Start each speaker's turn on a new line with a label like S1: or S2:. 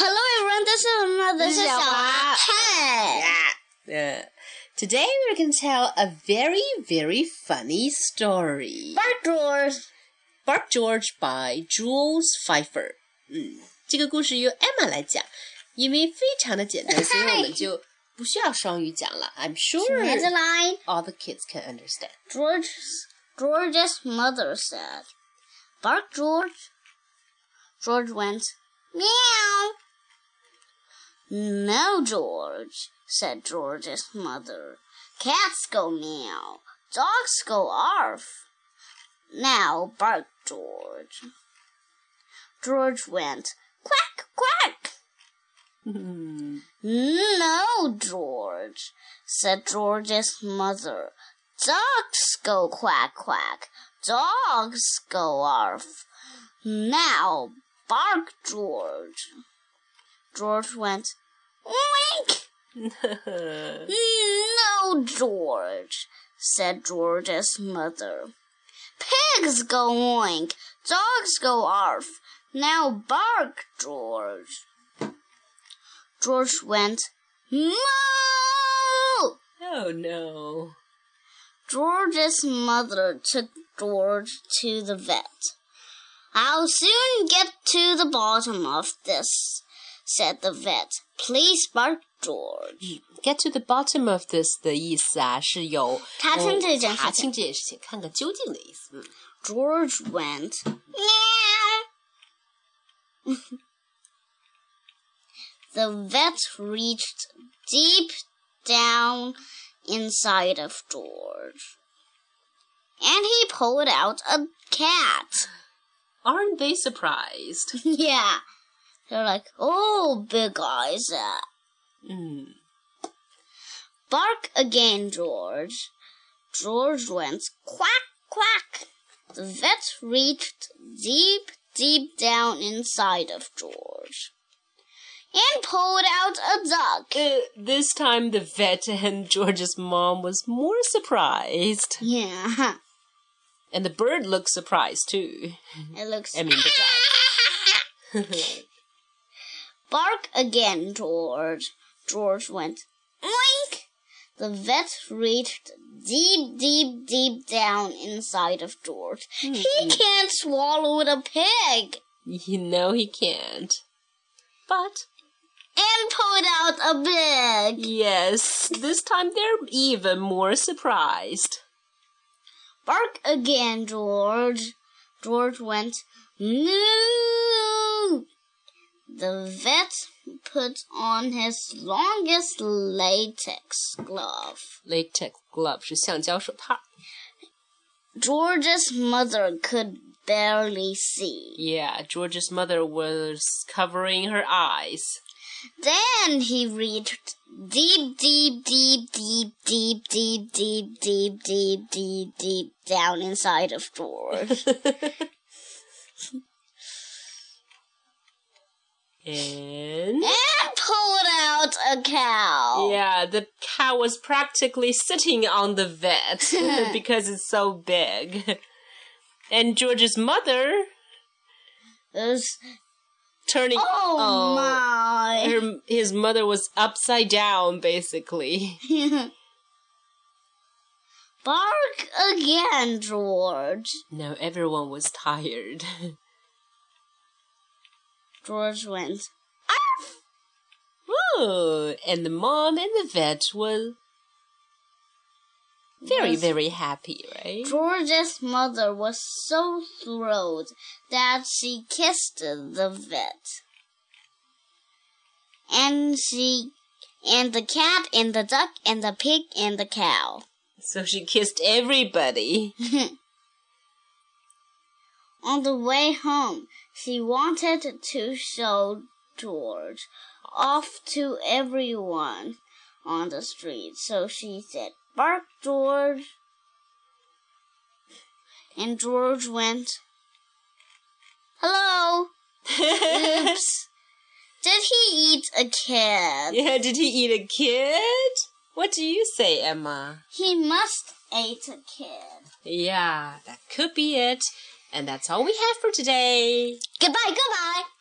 S1: everyone. This is my- this is
S2: 小华。
S1: Hey.
S2: Uh, today we can tell a very, very funny story.
S1: Back doors.
S2: Bark George by Jules Pfeiffer。嗯，这个故事由 Emma 来讲，因为非常的简单，所以我们就不需要双语讲了。I'm
S1: Here's a
S2: sure
S1: line.
S2: all the kids can understand.
S1: George's George's mother said, "Bark, George." George went meow. No, George," said George's mother. "Cats go meow. Dogs go arf." Now bark, George. George went quack quack. No, George," said George's mother. "Ducks go quack quack. Dogs go arf. Now bark, George." George went wink. No, George," said George's mother. "Pigs go oink. Dogs go arf. Now bark, George." George went moo.
S2: Oh no!
S1: George's mother took George to the vet. I'll soon get to the bottom of this, said the vet. Please bark, George.
S2: Get to the bottom of this 的意思啊，是有
S1: 查清这件事情
S2: 嗯查清这件事情，看看究竟的意思。嗯
S1: George went meow. the vet reached deep down inside of George. And he pulled out a cat.
S2: Aren't they surprised？
S1: Yeah. They're like, oh, big eyes. uh,
S2: 嗯
S1: Bark again, George. George went quack, quack. The vet reached deep, deep down inside of George and pulled out a duck.
S2: Uh, this time the vet and George's mom was more surprised,
S1: Yeah.
S2: and the bird looked surprised too.
S1: It looks.
S2: I mean, the duck.
S1: Bark again, George. George went oink. The vet reached deep, deep, deep down inside of George.
S2: Hmm.
S1: He can't swallow the pig
S2: You know he can't. But
S1: and pulled out a pig.
S2: yes, this time they're even more surprised.
S1: Bark again, George. George went moo. The vet put on his longest latex glove.
S2: Latex glove 是橡胶手套。
S1: George's mother could barely see.
S2: Yeah, George's mother was covering her eyes.
S1: Then he reached deep, deep, deep, deep, deep, deep, deep, deep, deep, deep, deep down inside of George.
S2: And
S1: and pulled out a cow.
S2: yeah, the cow was practically sitting on the vet because it's so big. And George's mother
S1: It was-
S2: turning
S1: oh, my.
S2: her his mother was upside down basically.
S1: Bark again, George.
S2: Now everyone was tired.
S1: George went.
S2: Ooh, and the mom and the vet were very
S1: Was-
S2: very happy, right?
S1: George's mother was so thrilled that she kissed the vet. And she and the cat and the duck and the pig and the cow.
S2: So she kissed everybody.
S1: On the way home, she wanted to show George off to everyone on the street. So she said, Bark, George. And George went, Hello. Oops. Did he eat a kid?
S2: yeah, did he eat a kid? What do you say, Emma?
S1: He must ate a kid.
S2: Yeah, that could be it. And that's all we have for today.
S1: Goodbye, goodbye.